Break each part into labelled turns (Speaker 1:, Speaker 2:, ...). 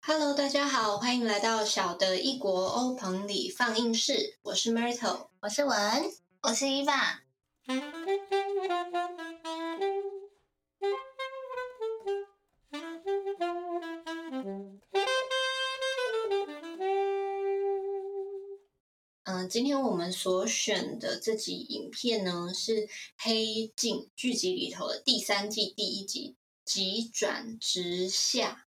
Speaker 1: Hello，大家好，欢迎来到小的异国欧朋里放映室，我是 Myrtle。
Speaker 2: 我是文，我是伊爸。
Speaker 1: 嗯，今天我们所选的这集影片呢，是《黑镜》剧集里头的第三季第一集《急转直下》。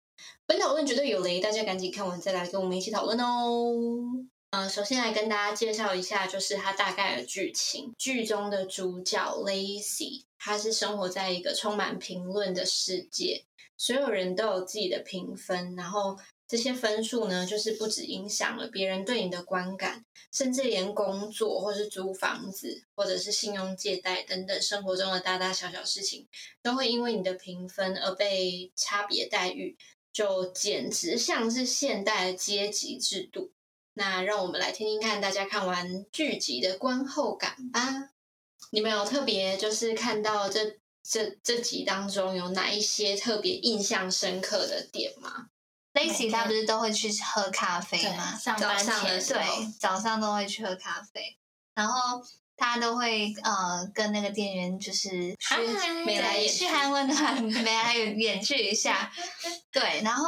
Speaker 1: 本讨论绝对有雷，大家赶紧看完再来跟我们一起讨论哦。呃，首先来跟大家介绍一下，就是它大概的剧情。剧中的主角 Lacy，他是生活在一个充满评论的世界，所有人都有自己的评分，然后这些分数呢，就是不止影响了别人对你的观感，甚至连工作或是租房子，或者是信用借贷等等生活中的大大小小事情，都会因为你的评分而被差别待遇，就简直像是现代的阶级制度。那让我们来听听看大家看完剧集的观后感吧。你们有特别就是看到这这这集当中有哪一些特别印象深刻的点吗？
Speaker 2: Lacy 他不是都会去喝咖啡吗？
Speaker 3: 上
Speaker 1: 早
Speaker 3: 班
Speaker 1: 上的
Speaker 3: 前
Speaker 1: 时候
Speaker 2: 对，早上都会去喝咖啡，然后他都会呃跟那个店员就是去
Speaker 3: 韩文
Speaker 1: 眉来眼
Speaker 2: 对
Speaker 1: 去
Speaker 2: 去韩文的 韩眉来眼去一下，对，然后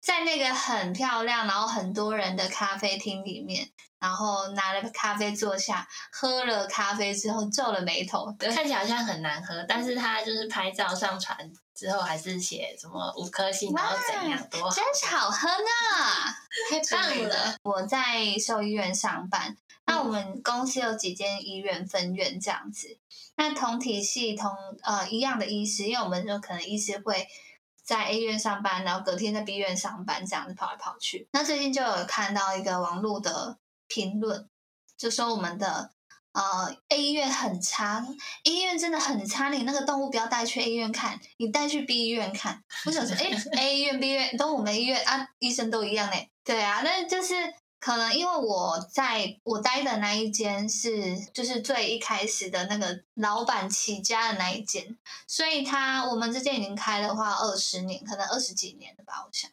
Speaker 2: 在那个很漂亮，然后很多人的咖啡厅里面，然后拿了咖啡坐下，喝了咖啡之后皱了眉头，对，
Speaker 3: 看起来好像很难喝，但是他就是拍照上传之后，还是写什么五颗星，
Speaker 2: 哇
Speaker 3: 然后怎样多好。
Speaker 2: 真是好喝呢。
Speaker 1: 太棒了！
Speaker 2: 我在兽医院上班，那我们公司有几间医院分院这样子。那同体系同呃一样的医师，因为我们就可能医师会在 A 院上班，然后隔天在 B 院上班，这样子跑来跑去。那最近就有看到一个网络的评论，就说我们的呃 A 院很差，A 院真的很差，你那个动物不要带去 A 院看，你带去 B 院看。我想说，哎、a 医院、B 院都我们医院啊，医生都一样嘞。对啊，那就是可能因为我在我待的那一间是就是最一开始的那个老板起家的那一间，所以他我们这间已经开的话二十年，可能二十几年了吧，我想。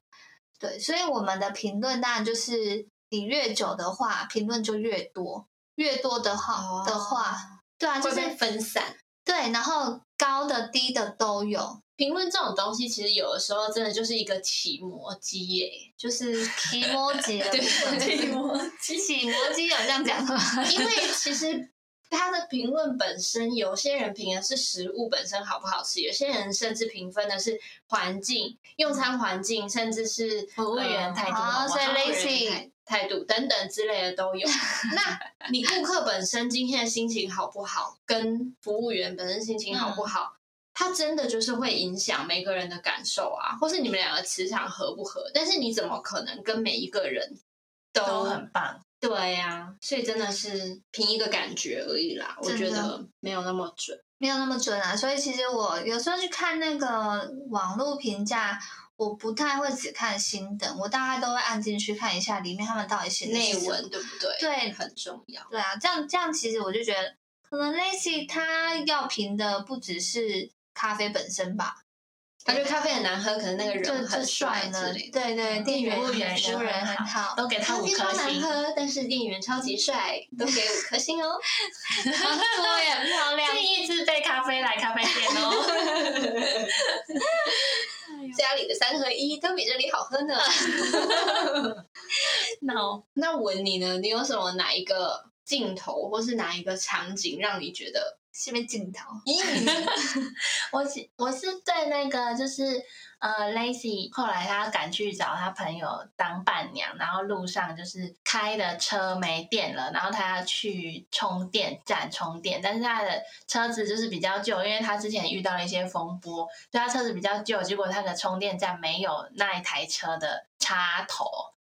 Speaker 2: 对，所以我们的评论当然就是你越久的话，评论就越多，越多的话、
Speaker 1: 哦
Speaker 2: 的话，对啊，就
Speaker 1: 会被
Speaker 2: 是
Speaker 1: 分散。
Speaker 2: 对，然后高的低的都有，
Speaker 1: 评论这种东西，其实有的时候真的就是一个起魔机耶，就是
Speaker 2: 提摩吉的部 分，
Speaker 1: 魔 机
Speaker 2: 起摩机有这样讲的吗？
Speaker 1: 因为其实他的评论本身，有些人评的是食物本身好不好吃，有些人甚至评分的是环境、用餐环境，甚至是服
Speaker 3: 务员态度
Speaker 2: 好不好
Speaker 1: 所以
Speaker 2: 服务员
Speaker 1: lazy 态度等等之类的 都有。那你顾客本身今天的心情好不好，跟服务员本身心情好不好？它真的就是会影响每个人的感受啊，或是你们两个磁场合不合？但是你怎么可能跟每一个人都
Speaker 3: 都很棒，
Speaker 1: 对呀、所以真的是凭一个感觉而已啦，我
Speaker 2: 真的
Speaker 1: 觉得没有那么准。
Speaker 2: 没有那么准啊，所以其实我有时候去看那个网络评价，我不太会只看新等，我大概都会按进去看一下里面他们到底写的是
Speaker 1: 内
Speaker 2: 什么
Speaker 1: 文对不对？
Speaker 2: 对
Speaker 1: 很重要。
Speaker 2: 对啊，这样这样其实我就觉得，可能 Lacy 他要评的不只是咖啡本身吧，
Speaker 1: 感觉咖啡很难喝，可能那个
Speaker 2: 就
Speaker 1: 人
Speaker 2: 就
Speaker 1: 很
Speaker 2: 帅
Speaker 1: 帅之
Speaker 2: 呢，
Speaker 1: 类
Speaker 2: 对
Speaker 1: 的。嗯
Speaker 2: 对，店员
Speaker 3: 服务员
Speaker 2: 服务
Speaker 3: 人
Speaker 2: 员
Speaker 3: 很
Speaker 2: 很好，
Speaker 3: 都给他五颗
Speaker 1: 超难
Speaker 3: 星。
Speaker 1: 喝，但是店员超级帅，都给五颗星 哦。
Speaker 2: 服 务员很漂亮，
Speaker 3: 建议自备咖啡来咖啡店哦。
Speaker 1: 家里的三合一都比这里好喝呢。
Speaker 3: no，
Speaker 1: 那文你呢？你有什么哪一个镜头或是哪一个场景让你觉得？
Speaker 2: 是不是镜头？
Speaker 3: 我是我是对那个就是呃，Lacy 后来她赶去找她朋友当伴娘，然后路上就是开的车没电了，然后她要去充电站充电，但是她的车子就是比较旧，因为她之前遇到了一些风波，所以她车子比较旧，结果她的充电站没有那一台车的插头，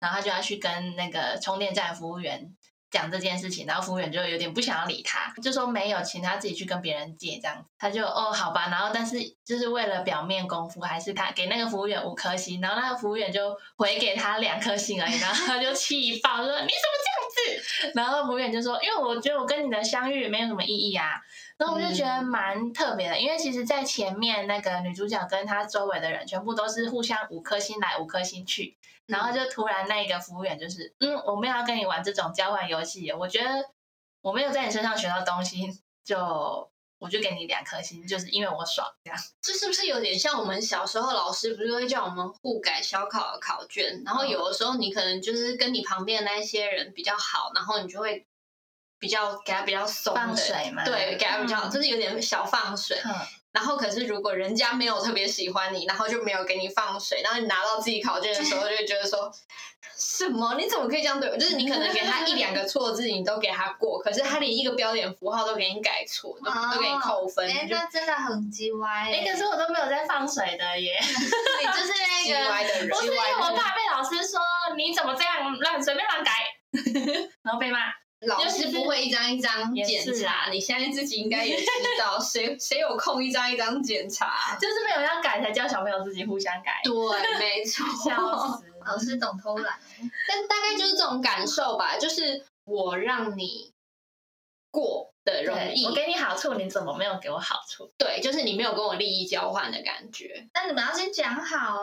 Speaker 3: 然后她就要去跟那个充电站服务员。讲这件事情，然后服务员就有点不想要理他，就说没有，请他自己去跟别人借这样子。他就哦好吧，然后但是就是为了表面功夫，还是他给那个服务员五颗星，然后那个服务员就回给他两颗星而已，然后他就气爆，说你怎么这样子？然后博远就说，因为我觉得我跟你的相遇没有什么意义啊。然后我就觉得蛮特别的，因为其实，在前面那个女主角跟她周围的人全部都是互相五颗星来五颗星去，然后就突然那个服务员就是，嗯，我没有要跟你玩这种交换游戏，我觉得我没有在你身上学到东西，就我就给你两颗星，就是因为我爽这样。
Speaker 1: 这是不是有点像我们小时候老师不是会叫我们互改小考的考卷？然后
Speaker 3: 嗯
Speaker 1: 有的时候你可能就是跟你旁边的那些人比较好，然后你就会比较给他比较松
Speaker 3: 放
Speaker 1: 的，
Speaker 3: 水嘛，
Speaker 1: 对，给他比较、
Speaker 2: 嗯
Speaker 1: 就是有点小放水。
Speaker 3: 嗯，
Speaker 1: 然后可是如果人家没有特别喜欢你，然后就没有给你放水，然后你拿到自己考卷的时候，就会觉得说什么？你怎么可以这样对我？就是你可能给他一两个错字，你都给他过，可是他连一个标点符号都给你改错，都、
Speaker 2: 哦
Speaker 1: 都给你扣分，
Speaker 2: 哎、
Speaker 1: 你就
Speaker 2: 那真的很叽歪、
Speaker 3: 哎、
Speaker 2: 欸。
Speaker 3: 可是我都没有在放水的耶。
Speaker 1: 你就是
Speaker 3: 那个
Speaker 1: 歪的人，
Speaker 3: 不是因为我怕被老师说你怎么这样乱随便乱改， 然后被骂。
Speaker 1: 老师不会一张一张
Speaker 3: 也
Speaker 1: 检
Speaker 3: 是
Speaker 1: 查，你现在自己应该也知道，谁谁有空一张一张检查？
Speaker 3: 就是没有要改才叫小朋友自己互相 改，
Speaker 1: 对， 没错。
Speaker 3: 笑 死。
Speaker 2: 老师懂偷懒，
Speaker 1: 但大概就是这种感受吧，就是我让你过的容
Speaker 3: 对
Speaker 1: 易
Speaker 3: 我，给你好处，你怎么没有给我好处？
Speaker 1: 对，就是你没有跟我利益交换的感觉。
Speaker 2: 那你们要先讲好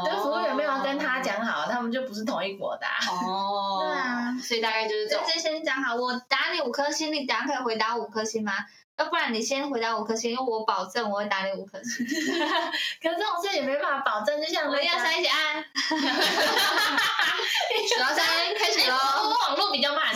Speaker 1: 哦
Speaker 3: 对，服务员没有跟他讲好，他们就不是同一国的啊、
Speaker 1: 哦
Speaker 2: 对啊，
Speaker 1: 所以大概就是这
Speaker 2: 就
Speaker 1: 种。
Speaker 2: 先先讲好，我打你五颗星，你等下可以回答五颗星吗？要不然你先回答五颗星，因为我保证我会打你五颗星。
Speaker 3: 可是这种事也没办法保证，就像
Speaker 2: 我
Speaker 3: 那
Speaker 2: 们要
Speaker 3: 个
Speaker 2: 三一 起按，
Speaker 1: 数到三，开始喽！
Speaker 3: 我网络比较慢。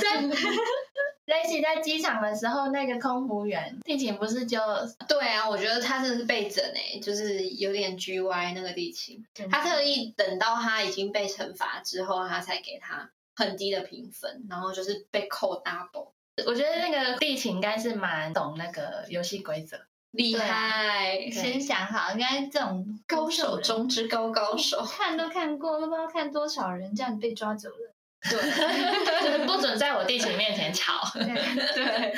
Speaker 3: 雷奇 在机场的时候，那个空服员地勤不是就
Speaker 1: 对啊，我觉得他真的是被整哎、就是有点 G Y 那个地勤。他特意等到他已经被惩罚之后，他才给他很低的评分，然后就是被扣 double，
Speaker 3: 我觉得那个地勤应该是蛮懂那个游戏规则，
Speaker 1: 厉害，
Speaker 2: 先想好，应该这种
Speaker 1: 高手中之高高手。
Speaker 2: 看都看过，都不知道看多少人这样被抓走 了。
Speaker 1: 对
Speaker 3: 就是不准在我地勤面前吵。
Speaker 2: 对
Speaker 1: 对，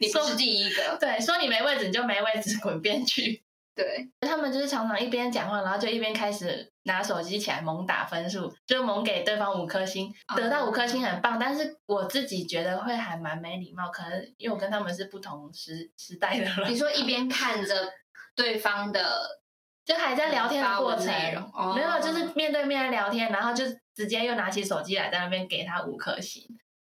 Speaker 1: 你不是第一个，
Speaker 3: 对，说你没位置你就没位置，滚边去。
Speaker 1: 对，
Speaker 3: 他们就是常常一边讲话，然后就一边开始拿手机起来猛打分数，就猛给对方五颗星，
Speaker 1: 哦
Speaker 3: 得到五颗星很棒。但是我自己觉得会还蛮没礼貌，可能因为我跟他们是不同时时代的人，
Speaker 1: 你说一边看着对方的
Speaker 3: 就还在聊天的
Speaker 1: 发
Speaker 3: 过
Speaker 1: 文
Speaker 3: 程，
Speaker 1: 内容，哦
Speaker 3: 没有就是面对面聊天，然后就直接又拿起手机来在那边给他五颗星，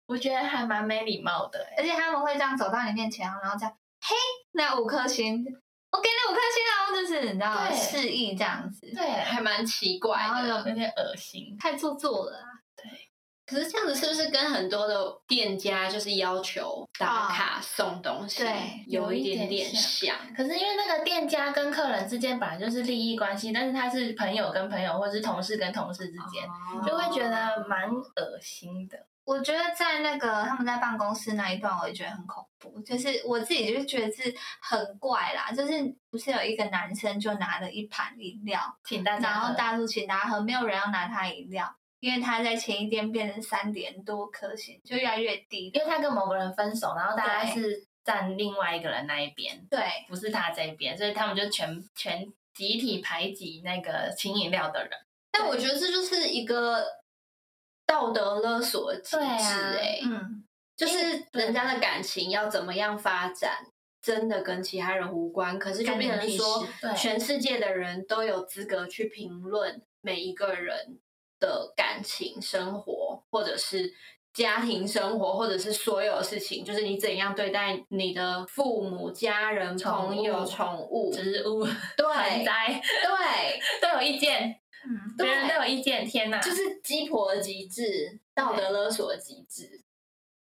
Speaker 3: 我觉得还蛮没礼貌的、欸。
Speaker 2: 而且他们会这样走到你面前，然后这样，嘿，那五颗星，我给你五颗星啊，然后就是你知道
Speaker 3: 对
Speaker 2: 示意这样子，
Speaker 3: 对，
Speaker 1: 还蛮奇怪
Speaker 2: 然后
Speaker 1: 的
Speaker 2: 有。
Speaker 3: 有点恶心。
Speaker 2: 太做作了啊。
Speaker 1: 可是这样子是不是跟很多的店家就是要求打
Speaker 2: 哦
Speaker 1: 卡送东西
Speaker 2: 对
Speaker 1: 啊有
Speaker 3: 有
Speaker 1: 一
Speaker 3: 一
Speaker 1: 点
Speaker 3: 点
Speaker 1: 点像？
Speaker 3: 可是因为那个店家跟客人之间本来就是利益关系，但是他是朋友跟朋友，或是同事跟同事之间，
Speaker 2: 哦
Speaker 1: 哦
Speaker 3: 就会觉得蛮恶心的。
Speaker 2: 我觉得在那个他们在办公室那一段，我也觉得很恐怖。就是我自己就觉得是很怪啦，就是不是有一个男生就拿了一盘饮料，
Speaker 3: 请大
Speaker 2: 然
Speaker 3: 家
Speaker 2: 后
Speaker 3: 喝，
Speaker 2: 大家都请大家喝，没有人要拿他饮料，因为他在前一天变成三点多颗星，就越来越低。
Speaker 3: 因为他跟某个人分手，然后大家
Speaker 2: 对
Speaker 3: 是站另外一个人那一边，
Speaker 2: 对，
Speaker 3: 不是他这一边，所以他们就全全集体排挤那个请饮料的人。
Speaker 1: 但我觉得这就是一个道德勒索的机制、
Speaker 3: 对啊
Speaker 1: 欸，哎、
Speaker 2: 嗯，
Speaker 1: 就是人家的感情要怎么样发展，真的跟其他人无关，可是就变成说，
Speaker 3: 对，
Speaker 1: 全世界的人都有资格去评论每一个人的感情生活，或者是。家庭生活，或者是所有事情，就是你怎样对待你的父母、家人、
Speaker 3: 宠物
Speaker 1: 朋友、宠物，
Speaker 3: 植物盆
Speaker 1: 对
Speaker 3: 栽
Speaker 1: 对，
Speaker 3: 都有意见，
Speaker 2: 嗯，
Speaker 3: 别人
Speaker 1: 对
Speaker 3: 都有意见，天哪！
Speaker 1: 就是鸡婆的极致，道德勒索的极致，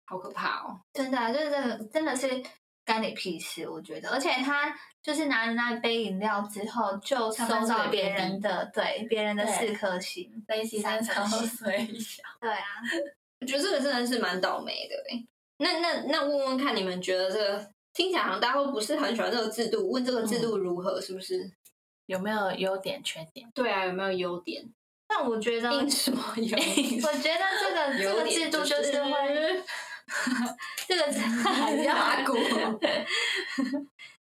Speaker 1: 好可怕哦！
Speaker 2: 真的啊、就是真的真的是干你屁事，我觉得。而且他就是拿了那杯饮料之后，就收
Speaker 3: 他分数
Speaker 2: 到
Speaker 3: 也
Speaker 2: 别
Speaker 3: 变低
Speaker 2: 人的对别人的
Speaker 3: 对
Speaker 2: 四颗星，
Speaker 3: 雷奇山超水小，
Speaker 2: 对啊，
Speaker 1: 我觉得这个真的是蛮倒霉的哎。那那那，问问看，你们觉得这个听起来好像大家都不是很喜欢这个制度，问这个制度如何，是不是？
Speaker 3: 有没有优点缺点？
Speaker 1: 对啊，有没有优点？
Speaker 2: 但我觉得
Speaker 1: 硬什么 优点？
Speaker 2: 我觉得这个这
Speaker 1: 优
Speaker 2: 个
Speaker 1: 点
Speaker 2: 制度就是
Speaker 1: 是
Speaker 2: 会，这个制
Speaker 1: 比较麻骨，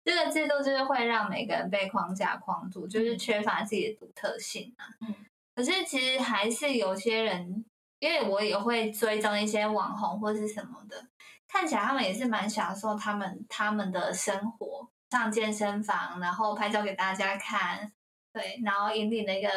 Speaker 2: 这个制度就是会让每个人被框架框住，就是缺乏自己的独特性啊。
Speaker 3: 嗯，
Speaker 2: 可是其实还是有些人，因因为我也会追踪一些网红或是什么的，看起来他们也是蛮享受他们他们的生活，上健身房，然后拍照给大家看，对，然后引领了一个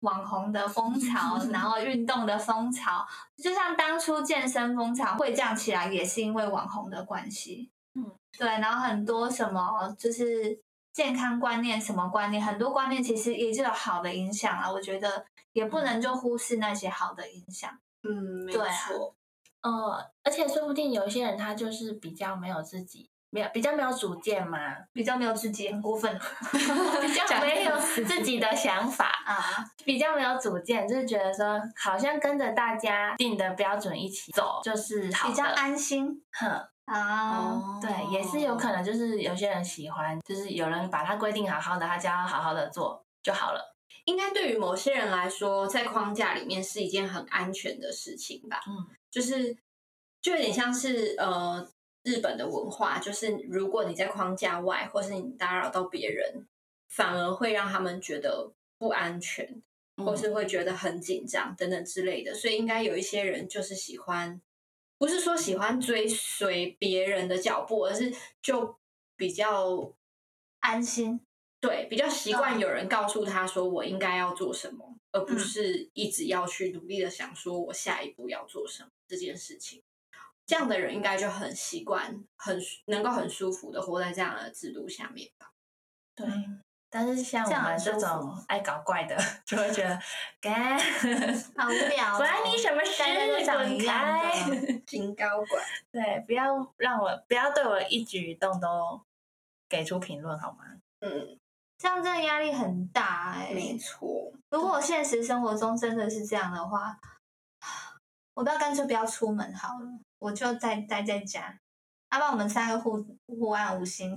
Speaker 2: 网红的风潮，然后运动的风潮，就像当初健身风潮会这样起来，也是因为网红的关系。
Speaker 1: 嗯，
Speaker 2: 对，然后很多什么就是健康观念，什么观念，很多观念其实也就有好的影响啊。我觉得也
Speaker 3: 嗯
Speaker 2: 不能就忽视那些好的影 响。
Speaker 1: 嗯，没
Speaker 2: 对
Speaker 1: 错，
Speaker 2: 啊
Speaker 3: 呃，而且说不定有些人他就是比较没有自己，没有比较没有主见嘛，
Speaker 2: 比较没有自己，很过分
Speaker 3: 哦 比较没有自 己的想法，
Speaker 2: 啊。
Speaker 3: 比较没有主见，就是觉得说好像跟着大家定的标准一起走就是好
Speaker 2: 比较
Speaker 3: 的，
Speaker 2: 安心
Speaker 3: 哼，哦
Speaker 2: 啊。
Speaker 1: 嗯
Speaker 3: 对，也是有可能就是有些人喜欢，就是有人把它规定好好的，他就要好好的做就好了。
Speaker 1: 应该对于某些人来说，在框架里面是一件很安全的事情吧。
Speaker 3: 嗯，
Speaker 1: 就是就有点像是呃日本的文化，就是如果你在框架外，或是你打扰到别人，反而会让他们觉得不安全，或
Speaker 3: 嗯
Speaker 1: 是会觉得很紧张等等之类的。所以应该有一些人就是喜欢，不是说喜欢追随别人的脚步，而是就比较
Speaker 2: 安心，
Speaker 1: 对，比较习惯
Speaker 2: 嗯
Speaker 1: 有人告诉他说我应该要做什么，而不
Speaker 2: 嗯
Speaker 1: 是一直要去努力的想说我下一步要做什么这件事情。这样的人应该就很习惯，很能够很舒服的活在这样的制度下面吧。
Speaker 3: 对。但是像
Speaker 2: 这
Speaker 3: 我
Speaker 2: 样
Speaker 3: 们
Speaker 2: 很
Speaker 3: 这
Speaker 2: 舒
Speaker 3: 种
Speaker 2: 服
Speaker 3: 爱搞怪的， 就会觉得，干，
Speaker 2: 好无聊、哦。
Speaker 3: 管你什么事，
Speaker 2: 大家都长
Speaker 3: 滚
Speaker 2: 一样
Speaker 3: 开！
Speaker 2: 的，
Speaker 1: 金高管，
Speaker 3: 对，不要让我，不要对我一举一动都给出评论好吗？
Speaker 1: 嗯，
Speaker 2: 这样真的压力很大哎、
Speaker 1: 没错，
Speaker 2: 如果现实生活中真的是这样的话，我倒干脆不要出门好了，我就待待在家。要、不然我们三个互互暗无心，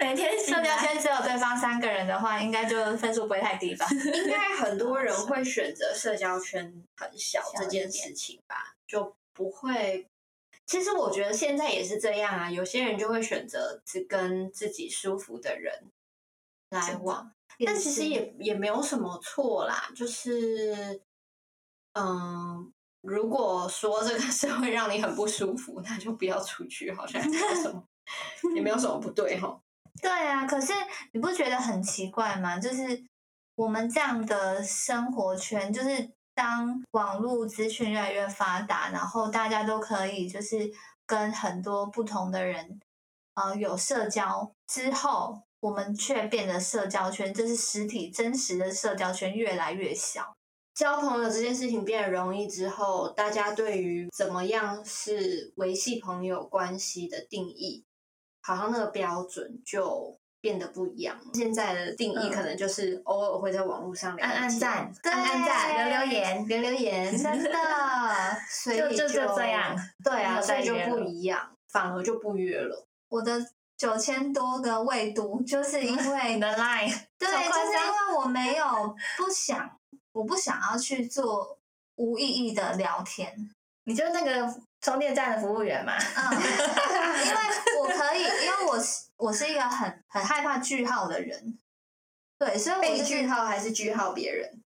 Speaker 3: 每天
Speaker 2: 社
Speaker 1: 啊
Speaker 2: 交
Speaker 3: 社交圈，
Speaker 2: 圈只有对方三个人的话，应该就分数不会太低吧？
Speaker 1: 应该很多 人会选择社交圈很小
Speaker 3: 小
Speaker 1: 这
Speaker 3: 一
Speaker 1: 件
Speaker 3: 点
Speaker 1: 事情吧，就不会。其实我觉得现在也是这样啊，有些人就会选择只跟自己舒服的人来
Speaker 2: 真的
Speaker 1: 往。 但其实也也没有什么错啦，就是，嗯，如果说这个社会让你很不舒服，那就不要出去，好像也没有什么，也没有什么不对哈。
Speaker 2: 对啊，可是你不觉得很奇怪吗？就是我们这样的生活圈，就是当网络资讯越来越发达，然后大家都可以就是跟很多不同的人呃有社交之后，我们却变得社交圈，就是实体真实的社交圈越来越小。
Speaker 1: 交朋友这件事情变得容易之后，大家对于怎么样是维系朋友关系的定义，好像那个标准就变得不一样了。现在的定义
Speaker 3: 嗯
Speaker 1: 可能就是偶尔会在网络上聊
Speaker 3: 按按
Speaker 1: 天
Speaker 3: 赞，
Speaker 2: 对
Speaker 3: 按按赞，留留言，
Speaker 1: 留留言，
Speaker 2: 真的， 所以
Speaker 3: 就就就这样。
Speaker 1: 对啊，
Speaker 3: 没有
Speaker 1: 所
Speaker 3: 再
Speaker 1: 以就
Speaker 3: 约
Speaker 1: 不
Speaker 3: 了
Speaker 1: 一样，反而就不约了。
Speaker 2: 我的九千多个未读，就是因为
Speaker 3: 你的 line，
Speaker 2: 对，
Speaker 3: 超
Speaker 2: 就
Speaker 3: 夸
Speaker 2: 是
Speaker 3: 张
Speaker 2: 因为我没有不想，我不想要去做无意义的聊天。
Speaker 3: 你就是那个充电站的服务员嘛，
Speaker 2: 嗯，因为我可以，因为我是我是一个很很害怕句号的人，对，所以我、
Speaker 1: 被
Speaker 2: 就是、
Speaker 1: 句号还是句号别人？嗯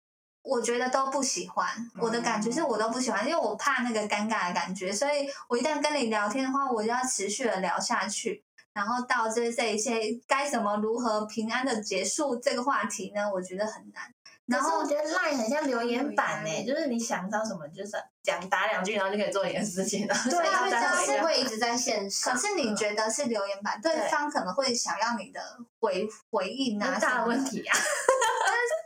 Speaker 2: 我觉得都不喜欢。我的感觉是我都不喜欢，因为我怕那个尴尬的感觉，所以我一旦跟你聊天的话，我就要持续的聊下去。然后到这这一些该怎么如何平安的结束这个话题呢？我觉得很难。然
Speaker 3: 然
Speaker 2: 后
Speaker 3: 后我觉得 line 很像留言板
Speaker 1: 留
Speaker 3: 呢，
Speaker 1: 言
Speaker 3: 就是你想到什么就是讲打两句，然后就可以做你的事情了，
Speaker 1: 对
Speaker 3: 然
Speaker 1: 啊，
Speaker 3: 后
Speaker 2: 这
Speaker 3: 再
Speaker 2: 样
Speaker 3: 回
Speaker 2: 是
Speaker 3: 这样
Speaker 1: 会一直在线上
Speaker 2: 可。是你觉得是留言板，对
Speaker 3: 对
Speaker 2: 方可能会想要你的回回应啊，
Speaker 3: 很大的问。题 啊，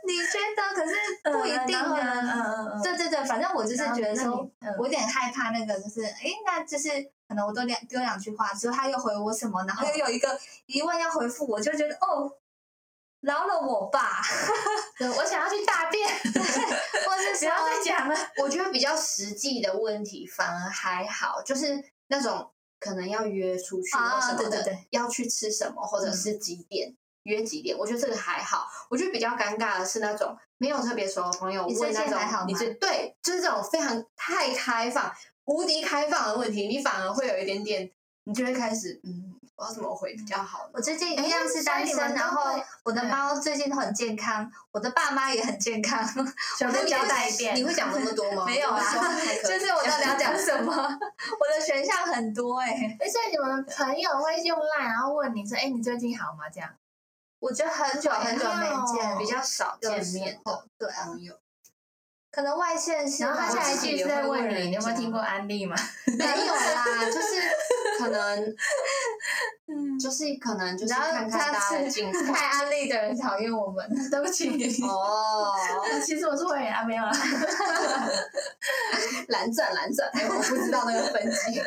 Speaker 2: 你觉得？可是不一定
Speaker 3: 嗯然后呢嗯
Speaker 2: 啊。
Speaker 3: 嗯嗯，
Speaker 2: 对对对，反正我就是觉得
Speaker 3: 然
Speaker 2: 说
Speaker 3: 后，那你，嗯
Speaker 2: 我有点害怕那个，就是诶，那就是可能我多两丢两句话之后，他又回我什么，然
Speaker 3: 嗯
Speaker 2: 后又有一个疑问要回复，我就觉得哦，饶了我吧，
Speaker 3: 对我想要去 大便，
Speaker 2: 或是
Speaker 3: 不
Speaker 2: 说
Speaker 3: 要再讲了。
Speaker 1: 我觉得比较实际的问题反而还好，就是那种可能要约出去
Speaker 2: 啊
Speaker 1: 或什么的，
Speaker 2: 对对嗯对
Speaker 1: 要去吃什么或者是几点、约几点，我觉得这个还好。我觉得比较尴尬的是那种没有特别熟的朋友
Speaker 2: 你最
Speaker 1: 问那
Speaker 2: 近
Speaker 1: 种
Speaker 2: 还好吗
Speaker 1: 你最对，就是这种非常太开放、无敌开放的问题，你反而会有一点点，你就会开始嗯，我要怎么回比较好
Speaker 2: 我
Speaker 1: 呢？
Speaker 2: 最近一
Speaker 3: 哎
Speaker 2: 样是单
Speaker 3: 所以
Speaker 2: 身，
Speaker 3: 你们都
Speaker 2: 然后
Speaker 3: 会嗯
Speaker 2: 我的
Speaker 3: 对
Speaker 2: 猫最近都很健康，我的爸妈也很健康。
Speaker 3: 全部
Speaker 2: 那你
Speaker 3: 交
Speaker 2: 会
Speaker 3: 代一遍。
Speaker 1: 你会讲那么 多吗？
Speaker 2: 没有啊
Speaker 1: 我希望还可以
Speaker 2: 就是我到底 要讲什么？ 我的选项很多哎、
Speaker 3: 哎，所以你们的朋友会用赖，然后问你说：“哎，你最近好吗？”这样。
Speaker 2: 我觉得很久很久没见，
Speaker 3: 哦
Speaker 1: 比较少
Speaker 2: 有
Speaker 1: 见
Speaker 2: 时
Speaker 1: 面的
Speaker 2: 候对啊，
Speaker 1: 朋友，
Speaker 2: 可能外县市
Speaker 3: 然
Speaker 2: 吧，
Speaker 3: 后他下一句是啊在问你，你有没有听过安利 吗？
Speaker 1: 没有啦，就是可能
Speaker 2: 嗯
Speaker 1: 就是可能就是
Speaker 2: 然后
Speaker 1: 看看大家的近况
Speaker 2: 太安利的人讨厌我 们，对不起，
Speaker 1: 哦，
Speaker 3: 其实我是会员啊，没有 啦。
Speaker 1: 蓝钻蓝钻， 哎，我不知道那个分级，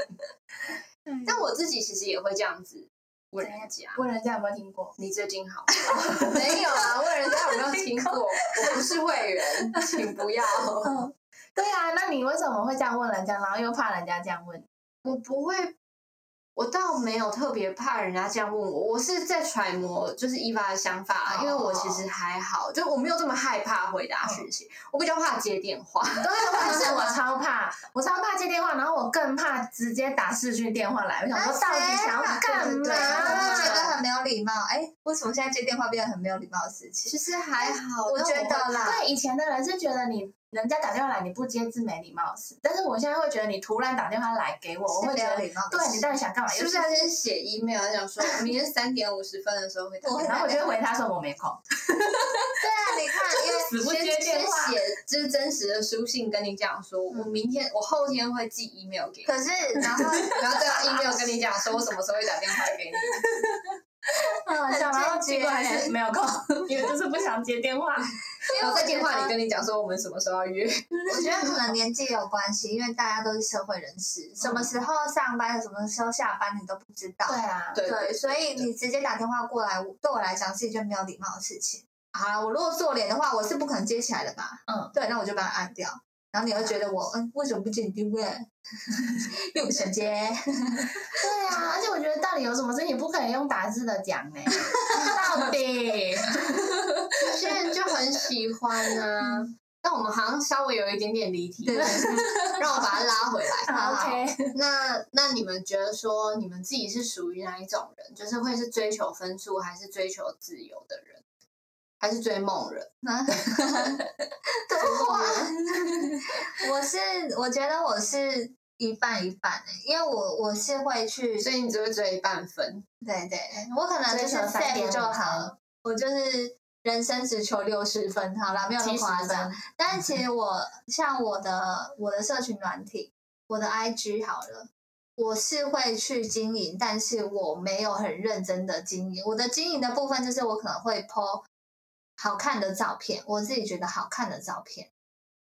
Speaker 1: 但我自己其实也会这样子问人家。
Speaker 3: 问人家有没有听过？
Speaker 1: 你最近好吗？ 没有啊，问人家有没有听过？ 我不是会员，请不要。
Speaker 3: 对啊，那你为什么会这样问人家，然后又怕人家这样问？
Speaker 1: 我不会，我倒没有特别怕人家这样问我，我是在揣摩就是伊娃的想法啊，
Speaker 3: 哦
Speaker 1: 因为我其实还好，就我没有这么害怕回答讯息，我比较怕接电话。
Speaker 3: 对，但是我超怕，我超怕接电话，然后我更怕直接打视讯电话来。我想
Speaker 2: 然后
Speaker 3: 说，到底想要干嘛？
Speaker 2: 我就觉得很没有礼貌。哎，为什么现在接电话变得很没有礼貌的事情？
Speaker 1: 其实还好，
Speaker 2: 我
Speaker 1: 但
Speaker 2: 觉得啦，
Speaker 3: 对，以前的人是觉得你人家打电话来你不接是没礼貌的事，但是我现在会觉得你突然打电话来给我，我
Speaker 2: 是
Speaker 3: 会
Speaker 2: 没
Speaker 3: 觉
Speaker 2: 有
Speaker 3: 得
Speaker 2: 礼貌的
Speaker 3: 对
Speaker 2: 事
Speaker 3: 你
Speaker 2: 情。
Speaker 3: 到底想干嘛？
Speaker 1: 是不是 要先写 email，他想说明天三点五十分的时候会打
Speaker 2: 我
Speaker 1: 电话？
Speaker 2: 会
Speaker 3: 然后我就会回他说我没空。
Speaker 2: 对啊，你看，因为
Speaker 3: 死不
Speaker 1: 先
Speaker 3: 接电话
Speaker 1: 先写就是真实的书信跟你讲说，我明天我后天会寄 email 给你，
Speaker 2: 可是 然后
Speaker 1: 然后再 用 email 跟你讲说我什么时候会打电话给你。
Speaker 3: 嗯，
Speaker 2: 很
Speaker 3: 然后
Speaker 2: 间接
Speaker 3: 结果还是没有 空，因为就是不想接电话。
Speaker 2: 因
Speaker 1: 然
Speaker 2: 为
Speaker 1: 后
Speaker 2: 我
Speaker 1: 在电话里
Speaker 2: 觉得
Speaker 1: 跟你讲说我们什么时候要约。
Speaker 2: 我觉得可 能年纪有关系，因为大家都是社会人士，什么时候上班，什么时候下班，你都不知道。
Speaker 3: 嗯对啊，
Speaker 1: 对
Speaker 2: 对，所以你直接打电话过来，我对我来讲是一件没有礼貌的事情。好啦，我如果做脸的话，我是不可能接起来的吧？
Speaker 3: 嗯，
Speaker 2: 对，那我就把它按掉。然后你会觉得我，嗯，为什么不接你电话？
Speaker 3: 嗯
Speaker 2: 因为我 想接。
Speaker 3: 对啊，而且我觉得到底有什么事情不可以用打字的 讲呢？到底？
Speaker 1: 有些人就很喜欢 啊。但我们好像稍微有一点点离题，
Speaker 2: 对对对
Speaker 1: 让我把它拉回 来。
Speaker 3: 好 OK，
Speaker 1: 那那你们觉得说，你们自己是属于哪一种人？就是会是追求分数，还是追求自由的人，还是追梦人？
Speaker 2: 啊对哇！我是，我觉得我是一半一半的，因为我我是会去
Speaker 1: 所以你只会追半 分，
Speaker 2: 对对，我可能就是
Speaker 3: 追求
Speaker 2: save
Speaker 3: 3.5
Speaker 2: 就好，我就是人生只求六十分，好啦，没有那么
Speaker 3: 70
Speaker 2: 夸张
Speaker 3: 分。
Speaker 2: 但其实我像我的我的社群软体，我的 IG 好了。我是会去经营，但是我没有很认真的经营。我的经营的部分就是我可能会 po 好看的照片，我自己觉得好看的照片，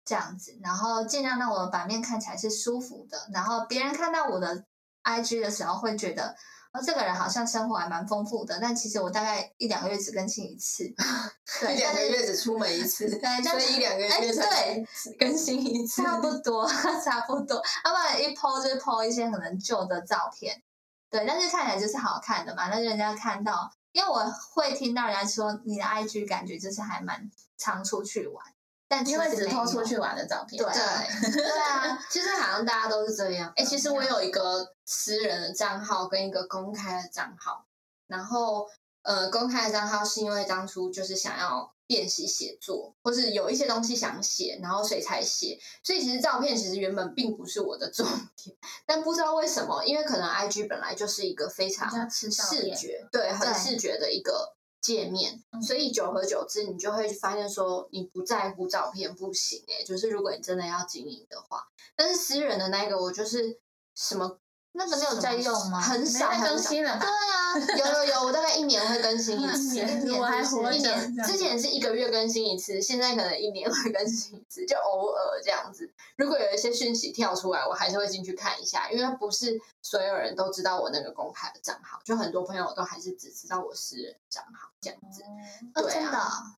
Speaker 2: 这样子，然后尽量让我的版面看起来是舒服的，然后别人看到我的 IG 的时候会觉得，哦，这个人好像生活还蛮丰富的，但其实我大概一两个月只更新一次， 对，
Speaker 1: 一两
Speaker 2: 但
Speaker 1: 个
Speaker 2: 是
Speaker 1: 月只出门一次，
Speaker 2: 对，
Speaker 1: 所
Speaker 2: 但
Speaker 1: 以一两个
Speaker 2: 哎
Speaker 1: 月才
Speaker 2: 对，
Speaker 1: 更新一次。
Speaker 2: 差不多， 差不多。要不然一 PO 就是 PO 一些可能旧的照片，对，但是看起来就是好看的嘛，但是人家看到，因为我会听到人家说你的 IG 感觉就是还蛮常出去玩，但
Speaker 3: 因为只
Speaker 2: 偷
Speaker 3: 偷出去玩的照片。
Speaker 2: 对啊
Speaker 1: 对，
Speaker 2: 对啊，
Speaker 1: 其实好像大家都是这样。哎、其实我有一个私人的账号跟一个公开的账号，然后呃，公开的账号是因为当初就是想要练习写作，或是有一些东西想写，然后所以才写。所以其实照片其实原本并不是我的重点，但不知道为什么，因为可能 IG 本来就是一个非常
Speaker 3: 比较吃照
Speaker 1: 视
Speaker 3: 片
Speaker 1: 觉，对，嗯很
Speaker 2: 对
Speaker 1: 视觉的一个界面，所以久而久之，你就会发现说，你不在乎照片不行哎、就是如果你真的要经营的话，但是私人的那个，我就是什么
Speaker 2: 那个没有在用吗？
Speaker 1: 很
Speaker 3: 没
Speaker 1: 少
Speaker 3: 在
Speaker 1: 很
Speaker 3: 更
Speaker 1: 少。
Speaker 3: 新了
Speaker 1: 对
Speaker 3: 吧？
Speaker 1: 啊，有有有， 我大概一年会更新一次，
Speaker 3: 一年
Speaker 1: 一年
Speaker 3: 我还
Speaker 1: 就是
Speaker 3: 活
Speaker 1: 一
Speaker 3: 着
Speaker 1: 年
Speaker 3: 这样哦
Speaker 1: 之前是一个月更新一次，现在可能一年会更新一次，就偶尔这样子。如果有一些讯息跳出来，我还是会进去看一下，因为不是所有人都知道我那个公开的账号，就很多朋友都还是只知道我私人账号这样子。
Speaker 2: 哦
Speaker 1: 对啊
Speaker 2: 真的哦，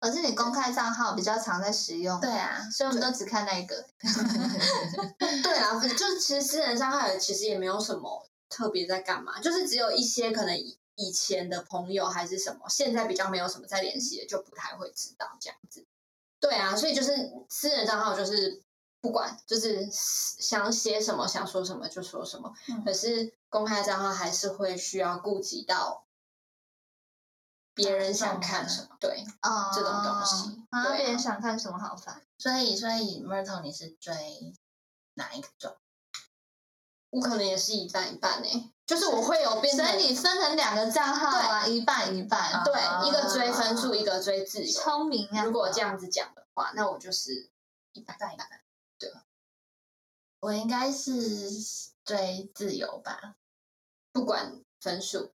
Speaker 2: 而是你公开账号比较常在使用，
Speaker 3: 对，啊，
Speaker 2: 所以我们都只看那一个。
Speaker 1: 对啊，就是其实私人伤害其实也没有什么特别在干嘛，就是只有一些可能以以前的朋友还是什么，现在比较没有什么在联系的，就不太会知道这样子。对啊，所以就是私人账号就是不管，就是想写什么想说什么就说什么。
Speaker 3: 嗯
Speaker 1: 可是公开账号还是会需要顾及到别人想看什么，对，
Speaker 2: 哦，
Speaker 1: 这种东西
Speaker 2: 啊，
Speaker 1: 对啊
Speaker 2: 别人想看什么好烦。
Speaker 3: 所以所以 Myrtle 你是追哪一种？
Speaker 1: 我可能也是一半一半诶、就是我会有变成
Speaker 2: 所以你分成两个账号啊，一半一半。啊
Speaker 1: 对一个追分数，一个追自由。
Speaker 2: 聪明啊！
Speaker 1: 如果这样子讲的话，那我就是一半一半。
Speaker 3: 我应该是追自由吧。
Speaker 1: 不管分数，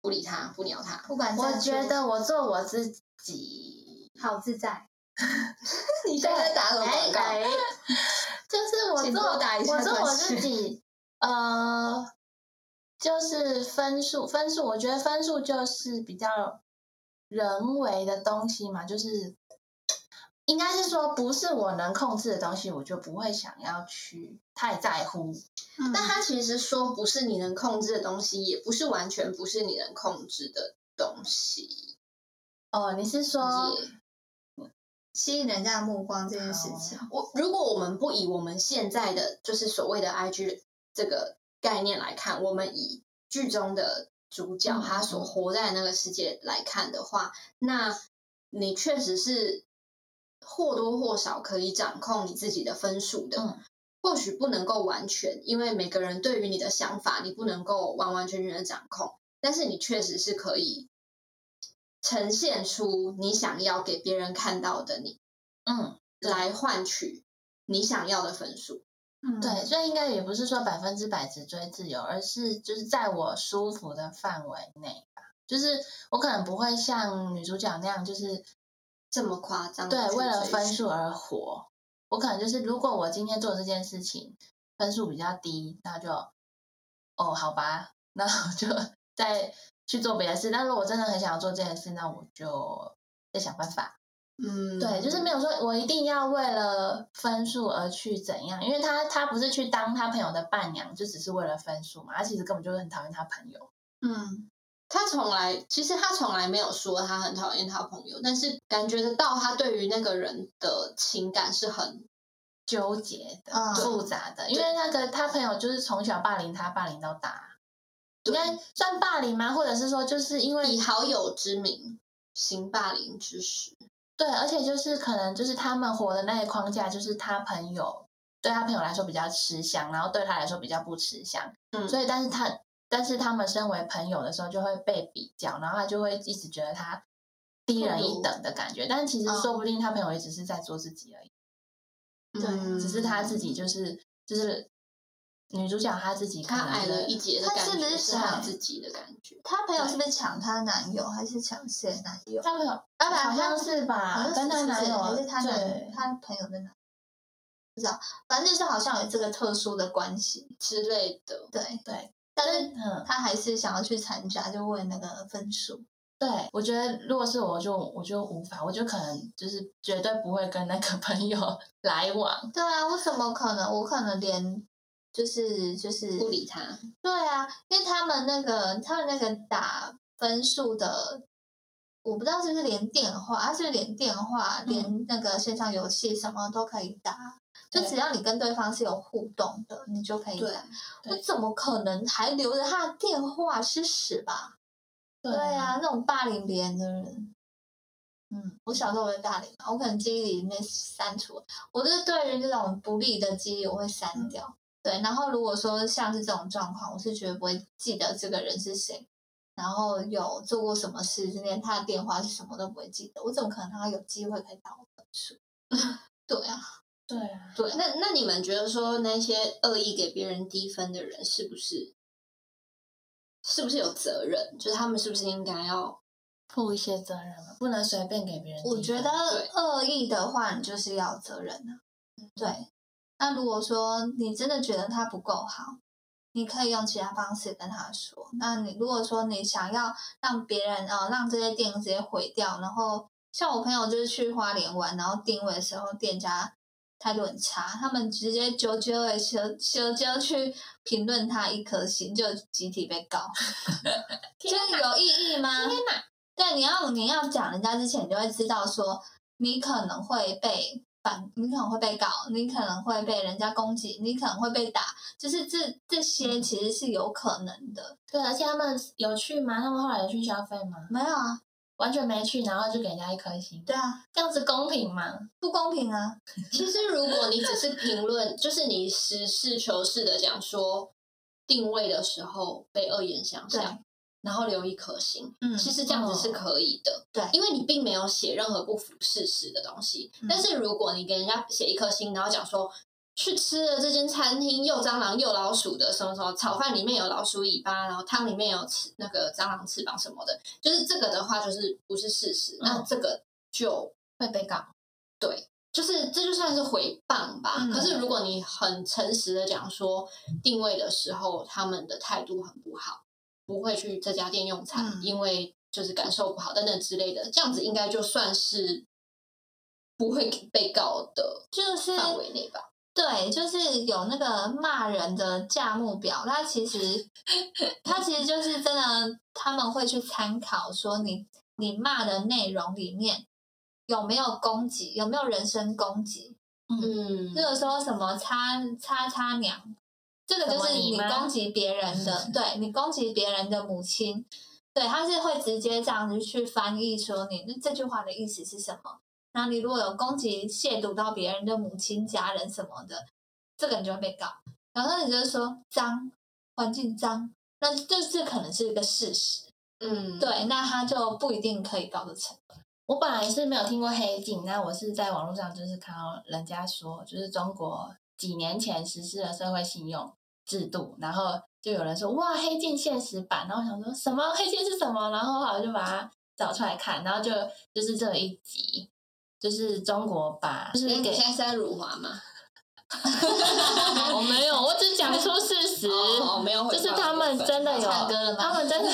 Speaker 1: 不理他，不鸟他。
Speaker 2: 不管
Speaker 3: 我
Speaker 2: 赞助
Speaker 3: 觉得我做我自己，
Speaker 2: 好自在，
Speaker 1: 你现在在打什么广告？
Speaker 3: 哎哎就是我
Speaker 1: 请
Speaker 3: 做
Speaker 1: 拨打一下
Speaker 3: 我做我
Speaker 1: 专
Speaker 3: 自
Speaker 1: 线
Speaker 3: 己，呃，就是分数分数，我觉得分数就是比较人为的东西嘛，就是应该是说不是我能控制的东西，我就不会想要去太在乎。
Speaker 1: 但
Speaker 2: 但
Speaker 1: 他其实说不是你能控制的东西，也不是完全不是你能控制的东西。
Speaker 3: 哦，你是说
Speaker 1: 也
Speaker 2: 吸引人家的目光这件事情，
Speaker 1: 我如果我们不以我们现在的就是所谓的 IG 这个概念来看，我们以剧中的主角
Speaker 3: 嗯
Speaker 1: 他所活在的那个世界来看的话，那你确实是或多或少可以掌控你自己的分数的。
Speaker 3: 嗯
Speaker 1: 或许不能够完全，因为每个人对于你的想法，你不能够完完全全的掌控，但是你确实是可以呈现出你想要给别人看到的你。
Speaker 3: 嗯？
Speaker 1: 来换取你想要的分数。
Speaker 2: 嗯
Speaker 3: 对，，所以应该也不是说百分之百只追自由，而是就是在我舒服的范围内吧。就是我可能不会像女主角那样，就是
Speaker 1: 这么夸张
Speaker 3: 对
Speaker 1: 地去
Speaker 3: 为了
Speaker 1: 追
Speaker 3: 分
Speaker 1: 寻
Speaker 3: 数而活。我可能就是，如果我今天做这件事情分数比较低，那就哦好吧，那我就 再去做别的事。但如果我真的很想要做这件事，那我就再想办法。
Speaker 1: 嗯，
Speaker 3: 对，就是没有说我一定要为了分数而去怎样，因为他他不是去当他朋友的伴娘，就只是为了分数嘛，他其实根本就是很讨厌他朋友。
Speaker 2: 嗯，
Speaker 1: 他从来，其实他从来没有说他很讨厌他朋友，但是感觉得到他对于那个人的情感是很
Speaker 3: 纠结的、
Speaker 2: 嗯
Speaker 3: 复杂的，因为那个他朋友就是从小霸凌他，霸凌到大，应
Speaker 1: 对
Speaker 3: 该算霸凌吗？或者是说，就是因为
Speaker 1: 以好友之名行霸凌之实。
Speaker 3: 对，而且就是可能就是他们活的那个框架，就是他朋友对他朋友来说比较吃香，然后对他来说比较不吃香，
Speaker 1: 嗯
Speaker 3: 所以但是他但是他们身为朋友的时候就会被比较，然后他就会一直觉得他低人一等的感觉，但其实说不定他朋友也只是在做自己而已，
Speaker 1: 嗯
Speaker 3: 只是他自己就是就是女主角她自己可
Speaker 1: 他
Speaker 3: 能
Speaker 1: 矮了一截的感觉，
Speaker 2: 他是不是
Speaker 1: 他
Speaker 2: 想
Speaker 1: 自己的感觉？
Speaker 2: 她朋友是不是抢她男友，还是抢谁男友？
Speaker 3: 她朋友
Speaker 2: 啊，
Speaker 3: 好像是
Speaker 2: 好
Speaker 3: 吧，
Speaker 2: 像
Speaker 3: 跟她
Speaker 2: 是不是
Speaker 3: 男友
Speaker 2: 还是她男
Speaker 3: 对
Speaker 2: 她朋友的男友，不知道，反正就是好像有这个特殊的关系，
Speaker 1: 之类的，
Speaker 2: 对
Speaker 3: 对，
Speaker 2: 但是
Speaker 3: 嗯。
Speaker 2: 她还是想要去参加，就为那个分数。
Speaker 3: 对，我觉得如果是我就我就无法，我就可能就是绝对不会跟那个朋友 来往。
Speaker 2: 对啊，我怎么可能？我可能连就是就是
Speaker 1: 不理他。
Speaker 2: 对啊，因为他们那个他们那个打分数的，我不知道是不是连电话，他是连电
Speaker 3: 嗯
Speaker 2: 话、连那个线上游戏什么都可以打，就
Speaker 3: 对
Speaker 2: 只要你跟对方是有互动的，你就可以打。我
Speaker 3: 对
Speaker 2: 怎么可能还留着他的电话吃屎吧？
Speaker 3: 对
Speaker 2: 对啊，那种霸凌别人的人，嗯，我小时候会霸凌啊嘛，我可能记忆里面删除，我就是对于这种不利的记忆我会
Speaker 3: 嗯
Speaker 2: 删掉。对，然后如果说像是这种状况，我是绝对不会记得这个人是谁，然后有做过什么事，连他的电话是什么都不会记得，我怎么可能让他有机会可以打我分数？ 对啊，
Speaker 3: 对啊，
Speaker 1: 对，那那你们觉得说那些恶意给别人低分的人，是不是是不是有责任？就是他们是不是应该要
Speaker 3: 负一些责任嘛，不能随便给别人低分。
Speaker 2: 我觉得
Speaker 1: 对
Speaker 2: 恶意的话，你就是要有责任啊。对，那如果说你真的觉得他不够好，你可以用其他方式跟他说。那你如果说你想要让别人呃让这些店直接毁掉，然后像我朋友就是去花莲玩，然后定位的时候店家态度很差，他们直接九九的修修就去评论他一颗星，就集体被告， 这有意义吗？对，你要你要讲人家之前，你就会知道说你可能会被反，你可能会被告，你可能会被人家攻击，你可能会被打，就是这这些其实是有可能的。
Speaker 3: 对，而且他们有去吗？他们后来有去消费吗？
Speaker 2: 没有啊，
Speaker 3: 完全没去，然后就给人家一颗星，
Speaker 2: 对啊，
Speaker 3: 这样子公平吗？
Speaker 2: 不公平啊。
Speaker 1: 其实如果你只是评论，就是你实事求是的讲说定位的时候被恶言相向，然后留一颗星，
Speaker 2: 嗯
Speaker 1: 其实这样子是可以的。
Speaker 2: 对
Speaker 1: 因为你并没有写任何不符事实的东西。
Speaker 2: 嗯
Speaker 1: 但是如果你给人家写一颗星，然后讲说去吃了这间餐厅，又蟑螂又老鼠的，什么什么炒饭里面有老鼠尾巴，然后汤里面有翅那个蟑螂翅膀什么的，就是这个的话，就是不是事实，那
Speaker 3: 嗯
Speaker 1: 这个就
Speaker 3: 会被告。
Speaker 1: 对，就是这就算是回谤吧。
Speaker 2: 嗯
Speaker 1: 可是如果你很诚实的讲说定位的时候，他们的态度很不好，不会去这家店用餐，
Speaker 2: 嗯
Speaker 1: 因为就是感受不好等等之类的，这样子应该就算是不会被告的
Speaker 2: 就是
Speaker 1: 范围内吧。
Speaker 2: 对，就是有那个骂人的价目表，它其实 它其实就是真的，他们会去参考说你你骂的内容里面有没有攻击，有没有人身攻击，
Speaker 1: 嗯
Speaker 2: 例如说什么叉叉叉娘，这个就
Speaker 3: 什么
Speaker 2: 是
Speaker 3: 你
Speaker 2: 你
Speaker 3: 妈
Speaker 2: 攻击别人的，对你攻击别人的母亲，对，他是会直接这样子去翻译说你那这句话的意思是什么。然后你如果有攻击、亵渎到别人的母亲、家人什么的，这个你就会被告。然后你就说脏，环境脏，那这这可能是一个事实，
Speaker 1: 嗯，
Speaker 2: 对，那他就不一定可以告得成。
Speaker 3: 我本来是没有听过黑镜，那我是在网络上就是看到人家说，就是中国几年前实施了社会信用制度，然后就有人说哇黑镜现实版，然后我想说什么黑镜是什么，然后后来就把它找出来看，然后就就是这一集，就是中国把就是
Speaker 1: 你
Speaker 3: 给
Speaker 1: 现在是在辱华 吗？
Speaker 3: 我没有，我只讲出事实。
Speaker 1: 哦，没有回
Speaker 3: 就
Speaker 1: 报的部分，
Speaker 3: 是他们真的有，
Speaker 2: 唱歌了吧
Speaker 3: 他们 真的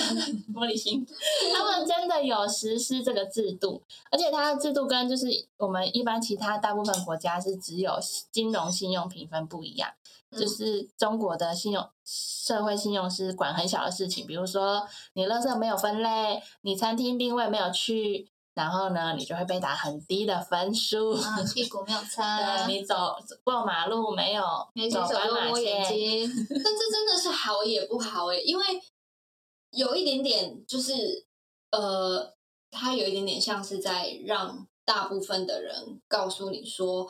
Speaker 3: 玻璃心，他们真的有实施这个制度，而且它的制度跟就是我们一般其他大部分国家是只有金融信用评分不一样，
Speaker 1: 嗯
Speaker 3: 就是中国的信用社会信用是管很小的事情，比如说你垃圾没有分类，你餐厅定位没有去，然后呢你就会被打很低的分数。
Speaker 2: 啊，屁股没有擦
Speaker 3: 对，你走过马路没有
Speaker 2: 没去
Speaker 3: 走
Speaker 2: 走
Speaker 3: 斑
Speaker 2: 路
Speaker 3: 马
Speaker 2: 摸眼
Speaker 3: 线，
Speaker 2: 睛，
Speaker 1: 但这真的是好也不好哎、因为有一点点就是呃，它有一点点像是在让大部分的人告诉你说，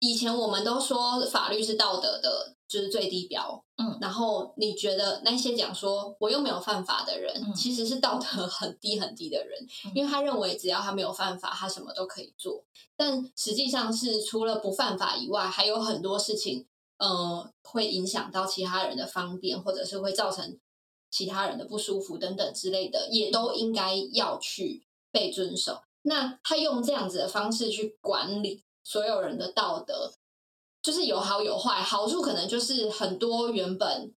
Speaker 1: 以前我们都说法律是道德的，就是最低标。
Speaker 3: 嗯
Speaker 1: 然后你觉得那些讲说我又没有犯法的人，
Speaker 3: 嗯
Speaker 1: 其实是道德 很低很低的人，
Speaker 3: 嗯
Speaker 1: 因为他认为只要他没有犯法，他什么都可以做。但实际上是除了不犯法以外，还有很多事情呃，会影响到其他人的方便，或者是会造成其他人的不舒服等等之类的，也都应该要去被遵守。那他用这样子的方式去管理所有人的道德，就是有好有坏。好处可能就是很多原本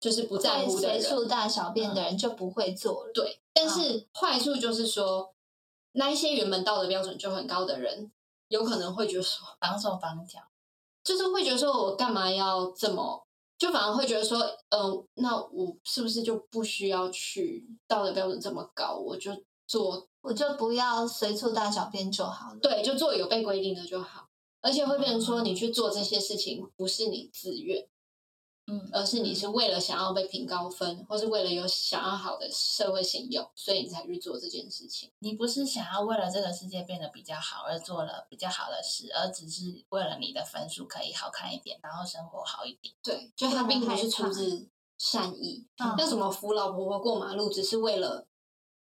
Speaker 1: 就是不在
Speaker 2: 会
Speaker 1: 乎的
Speaker 2: 随
Speaker 1: 人
Speaker 2: 处，嗯大小便的人就不会做了。
Speaker 1: 对，但是坏处就是说，那一些原本道德标准就很高的人，有可能会觉得说，
Speaker 3: 绑手绑脚。
Speaker 1: 就是会觉得说我干嘛要这么，就反而会觉得说，嗯、那我是不是就不需要去道德标准这么高，我就做
Speaker 2: 我就不要随处大小便就好了。
Speaker 1: 对，就做有被规定的就好，而且会变成说你去做这些事情不是你自愿，
Speaker 3: 嗯，
Speaker 1: 而是你是为了想要被评高分，或是为了有想要好的社会信用，所以你才去做这件事情。
Speaker 3: 你不是想要为了这个世界变得比较好而做了比较好的事，而只是为了你的分数可以好看一点，然后生活好一点。
Speaker 1: 对，就他
Speaker 2: 让人
Speaker 1: 并不
Speaker 2: 害
Speaker 1: 是出
Speaker 2: 怕
Speaker 1: 自善意，
Speaker 2: 嗯
Speaker 1: 那、什么扶老婆婆过马路，只是为了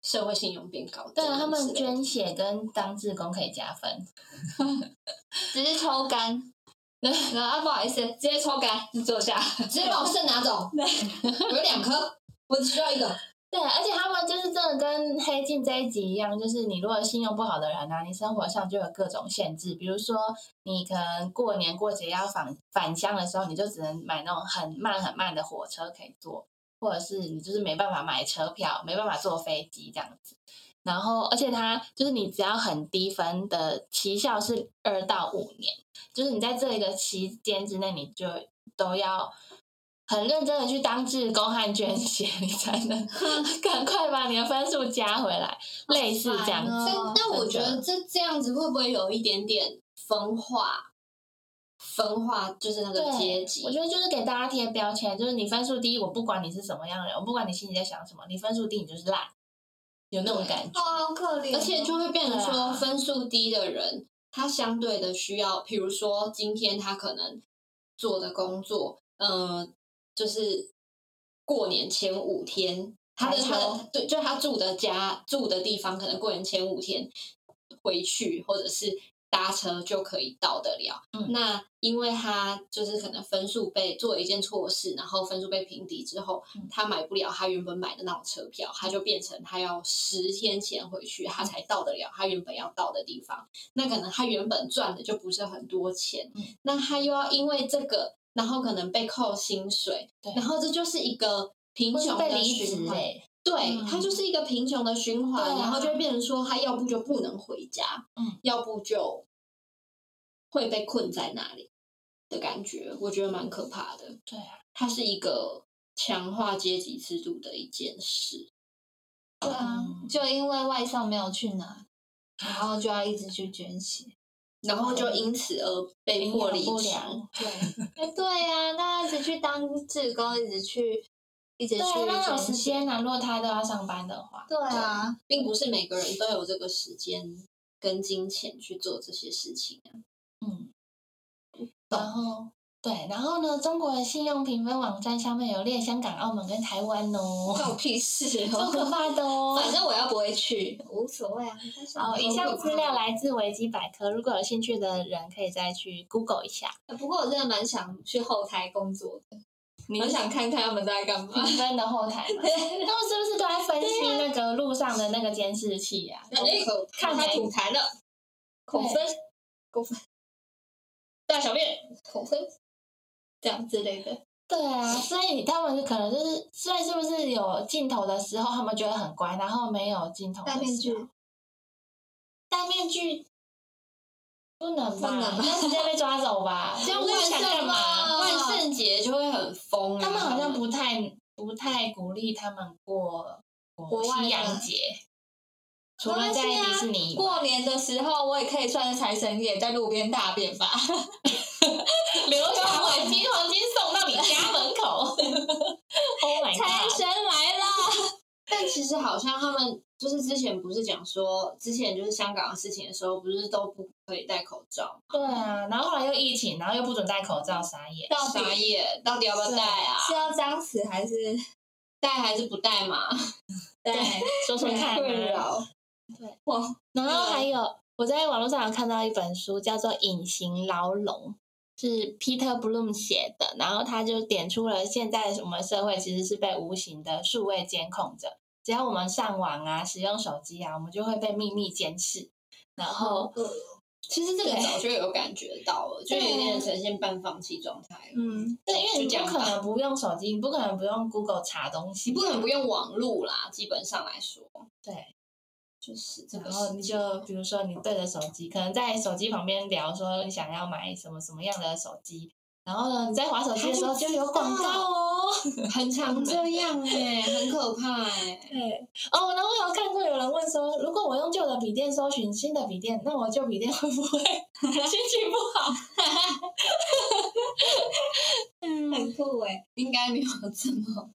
Speaker 1: 社会信用变高，
Speaker 3: 对啊，他
Speaker 1: 之
Speaker 3: 们
Speaker 1: 类的
Speaker 3: 捐血跟当志工可以加分，
Speaker 2: 直接抽干。 然后啊，不好意思，直接抽干，你坐下。
Speaker 1: 直接把我肾拿 走。我有两颗，我只需要一个。
Speaker 3: 对，而且他们就是真的跟黑镜这一集一样，就是你如果信用不好的人啊，你生活上就有各种限制，比如说你可能过年过节要返返乡的时候，你就只能买那种很慢很慢的火车可以坐，或者是你就是没办法买车票，没办法坐飞机这样子。然后，而且它就是你只要很低分的期效是二到五年，就是你在这一个期间之内，你就都要很认真的去当志工和捐血， 你才 能赶快把你的分数加回来，类似这
Speaker 2: 烦
Speaker 3: 样子。
Speaker 2: 哦
Speaker 1: 但但我觉
Speaker 3: 真
Speaker 1: 得
Speaker 3: 的
Speaker 1: 这这样子会不会有一点点分化？分化就是那个阶级
Speaker 3: 我，觉得就是给大家贴标签，就是你分数低，我不管你是什么样的人，我不管你心里在想什么，你分数低你就是烂，有那种感觉。
Speaker 2: 哦，好可怜哦，
Speaker 1: 而且就会变成
Speaker 3: 对
Speaker 1: 说
Speaker 3: 啊
Speaker 1: 分数低的人，他相对的需要，比如说今天他可能做的工作，呃，就是过年前五天，他的
Speaker 3: 排休
Speaker 1: 他的对，就他住的家住的地方，可能过年前五天回去，或者是搭车就可以到得了。
Speaker 3: 嗯
Speaker 1: 那因为他就是可能分数被做了一件错事，然后分数被平底之后，
Speaker 3: 嗯
Speaker 1: 他买不了他原本买的那种车票，他就变成他要十天前回去，他才到得了他原本要到的地方。那可能他原本赚的就不是很多钱，
Speaker 3: 嗯
Speaker 1: 那他又要因为这个，然后可能被扣薪水
Speaker 3: 对，
Speaker 1: 然后这就是一个贫
Speaker 3: 或是
Speaker 1: 穷
Speaker 3: 被
Speaker 1: 的
Speaker 3: 离职
Speaker 1: 循环。
Speaker 3: 哎，
Speaker 1: 对，
Speaker 2: 嗯
Speaker 1: 它就是一个贫穷的循环，
Speaker 3: 对啊
Speaker 1: 然后就会变成说，他要不就不能回家，
Speaker 3: 嗯，
Speaker 1: 要不就会被困在那里的感觉，我觉得蛮可怕的。
Speaker 3: 对啊，
Speaker 1: 它是一个强化阶级制度的一件事。
Speaker 2: 对啊
Speaker 3: 嗯，
Speaker 2: 就因为外送没有去拿，然后就要一直去捐血。
Speaker 1: 然后就因此而被迫离
Speaker 3: 嗯营养不
Speaker 1: 职，
Speaker 3: 良
Speaker 2: 对，哎对呀、那一直去当志工，一直去，一直去
Speaker 3: 对啊，那有
Speaker 2: 捐
Speaker 3: 时
Speaker 2: 血。
Speaker 3: 间啊，如果他都要上班的话，
Speaker 2: 对啊，
Speaker 1: 并不是每个人都有这个时间跟金钱去做这些事情啊。
Speaker 3: 嗯，然后对，然后呢，中国的信用评分网站上面有列香港、澳门跟台湾哦，
Speaker 1: 关我屁 事
Speaker 3: 超可
Speaker 1: 哦！
Speaker 3: 怕的 哦。
Speaker 1: 反正我要不会去，
Speaker 2: 无所谓啊。但是
Speaker 3: 哦，
Speaker 2: 你
Speaker 3: 以
Speaker 2: 说
Speaker 3: 上
Speaker 2: 过
Speaker 3: 资料来自维基百科，如果有兴趣的人可以再去 Google 一下。
Speaker 1: 不过我真的蛮想去后台工作的，蛮想看看他们在 干嘛。
Speaker 3: 评分的后台嘛， 啊他们是不是都在分析那个路上的那个监视器呀、
Speaker 1: 哎、看他吐痰了，
Speaker 3: 对
Speaker 1: 口分，口分，大小便，口分，这样之类的。
Speaker 3: 对啊，所以他们可能就是，所以是不是有镜头的时候，他们觉得很乖，然后没有镜头的
Speaker 2: 戴面
Speaker 3: 时候
Speaker 2: 具，
Speaker 3: 戴面具不能吧？
Speaker 1: 不能吧
Speaker 3: 那直接被抓走 吧？
Speaker 1: 这样
Speaker 3: 为
Speaker 1: 万
Speaker 3: 想干
Speaker 1: 圣
Speaker 3: 嘛？
Speaker 1: 啊万圣节就会很疯啊！
Speaker 3: 他们好像不太不太鼓励他们过
Speaker 1: 国外的
Speaker 3: 西洋节，除
Speaker 1: 没关
Speaker 3: 了
Speaker 1: 系
Speaker 3: 在
Speaker 1: 啊
Speaker 3: 迪士尼以外。
Speaker 1: 过年的时候，我也可以穿着财神爷在路边大便吧。
Speaker 3: 流传黄金，黄金送到 你家门口。oh my
Speaker 1: 财
Speaker 3: god！
Speaker 1: 神来了！ 但其实好像他们就是之前不是讲说，之前就是香港的事情的时候，不是都不可以戴口罩
Speaker 3: 对啊，然后后来又疫情，然后又不准戴口罩，傻眼。
Speaker 1: 吗？傻眼，到底要不要戴啊？
Speaker 2: 是要脏死还是
Speaker 1: 戴还是不戴嘛？
Speaker 2: 对？
Speaker 3: 说说看
Speaker 1: 困
Speaker 3: 啊。
Speaker 1: 扰。
Speaker 3: 然后还有，我在网络上有看到一本书，叫做《隐形牢笼》。是 Peter Bloom 写的，然后他就点出了现在我们社会其实是被无形的数位监控着，只要我们上网啊、使用手机啊，我们就会被秘密监视。然后，
Speaker 1: 其实这个
Speaker 3: 对
Speaker 1: 早就有感觉到了，就有点
Speaker 3: 对
Speaker 1: 呈现半放弃状态了。
Speaker 3: 嗯，对，因为
Speaker 1: 就
Speaker 3: 你
Speaker 1: 这样
Speaker 3: 不
Speaker 1: 吧
Speaker 3: 可能不用手机，你不可能不用 Google 查东西，啊
Speaker 1: 你不可能不用网络啦，基本上来说，
Speaker 3: 对。
Speaker 1: 就是这个
Speaker 3: 然
Speaker 1: 事情。
Speaker 3: 后你就比如说你对着手机，可能在手机旁边聊说你想要买什么什么样的手机，然后呢你在划手机的时候
Speaker 1: 他就
Speaker 3: 就
Speaker 1: 知
Speaker 3: 有广
Speaker 1: 道
Speaker 3: 告哦。
Speaker 1: 很常这样哎、很可怕哎、
Speaker 3: 对，哦，然后我有看过有人问说，如果我用旧的笔电搜寻新的笔电，那我旧笔电会不 会心情不好？嗯，
Speaker 1: 很酷哎、应该没有这么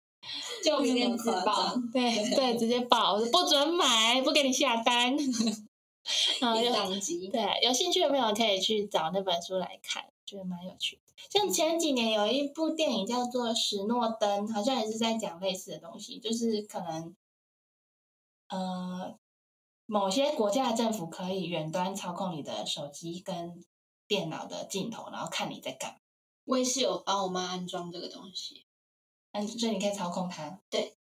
Speaker 1: 就有点自爆。
Speaker 3: 对对，直接报，不准买，不给你下单。 然后
Speaker 1: 一
Speaker 3: 又
Speaker 1: 档机，
Speaker 3: 对，有兴趣的朋友可以去找那本书来看，觉得蛮有趣的。像前几年有一部电影叫做《史诺登》，好像也是在讲类似的东西，就是可能呃某些国家的政府可以远端操控你的手机跟电脑的镜头，然后看你在干嘛，
Speaker 1: 我也是有帮我妈安装这个东西。
Speaker 3: 嗯，所以你可以操控它。
Speaker 1: 对，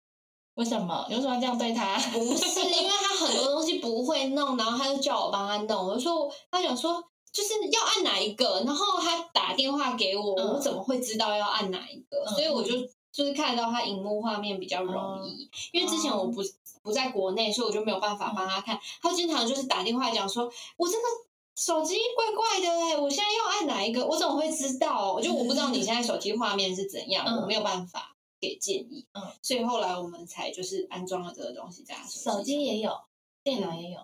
Speaker 3: 为什么？你为什么要这样对它？
Speaker 1: 不是，因为她很多东西不会弄，然后她就叫我帮她弄。我就说，她想说就是要按哪一个，然后她打电话给我，
Speaker 3: 嗯
Speaker 1: 我怎么会知道要按哪一个？
Speaker 3: 嗯
Speaker 1: 所以我就就是看得到她荧幕画面比较容
Speaker 3: 哦
Speaker 1: 易，因为之前我不
Speaker 3: 嗯
Speaker 1: 不在国内，所以我就没有办法帮她看。她经常就是打电话讲说，我这个。手机怪怪的哎、我现在要按哪一个，我怎么会知道？就我不知道
Speaker 3: 嗯
Speaker 1: 你现在手机画面是怎样，
Speaker 2: 嗯
Speaker 1: 我没有办法给建议。
Speaker 3: 嗯，
Speaker 1: 所以后来我们才就是安装了这个东西在他手
Speaker 3: 手机
Speaker 1: 上
Speaker 3: 也有，电脑也有，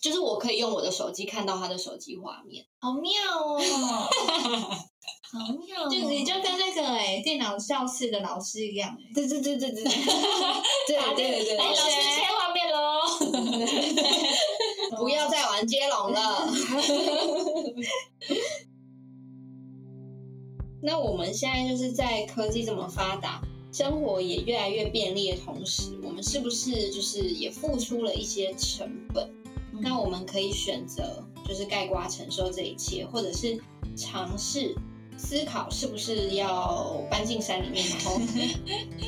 Speaker 1: 就是我可以用我的手机看到他的手机画面。
Speaker 3: 好妙哦， 好妙、 哦！
Speaker 2: 就你就跟那个哎、电脑教室的老师一样哎、
Speaker 1: 对对对 对对，对对对
Speaker 3: 哎，老师
Speaker 1: 对，
Speaker 3: 切画面喽。
Speaker 1: 不要再玩接龙了。 那我们现在就是在科技这么发达，生活也越来越便利的同时，我们是不是就是也付出了一些成本？那我们可以选择就是盖瓜承受这一切，或者是尝试思考是不是要搬进山里面，然后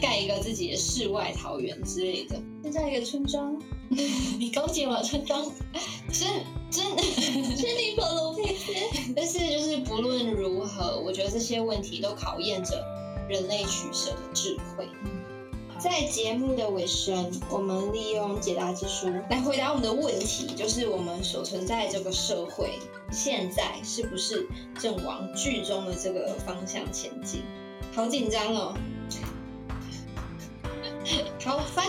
Speaker 1: 盖一个自己的世外桃源之类的。现在一个村庄，
Speaker 3: 你恭喜我村庄，
Speaker 1: 真真真的恐龙配件。但是就是不论如何，我觉得这些问题都考验着人类取舍的智慧。在节目的尾声，我们利用解答之书来回答我们的问题，就是我们所存在的这个社会现在是不是正往剧中的这个方向前进？好紧张哦！好翻。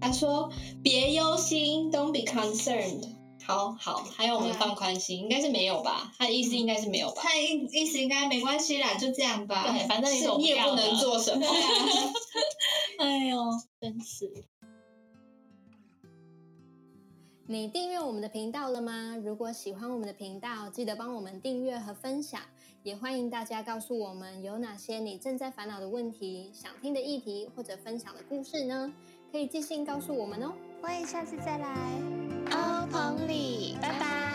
Speaker 1: 他说：“别忧心，Don't be concerned。”好好，还有我们放宽心，应该是没有吧？他的意思应该是没有吧？
Speaker 2: 他意意思应该没关系啦，就这样吧。
Speaker 3: 对，反正
Speaker 1: 是
Speaker 3: 走
Speaker 1: 你也
Speaker 3: 掉
Speaker 1: 不
Speaker 3: 了
Speaker 1: 能。做什么。
Speaker 3: 哎呦，真是。
Speaker 4: 你订阅我们的频道了吗？如果喜欢我们的频道，记得帮我们订阅和分享，也欢迎大家告诉我们有哪些你正在烦恼的问题、想听的议题或者分享的故事呢？可以寄信告诉我们哦。
Speaker 1: 啊
Speaker 5: 欢迎下次再来。欧鹏里，拜拜。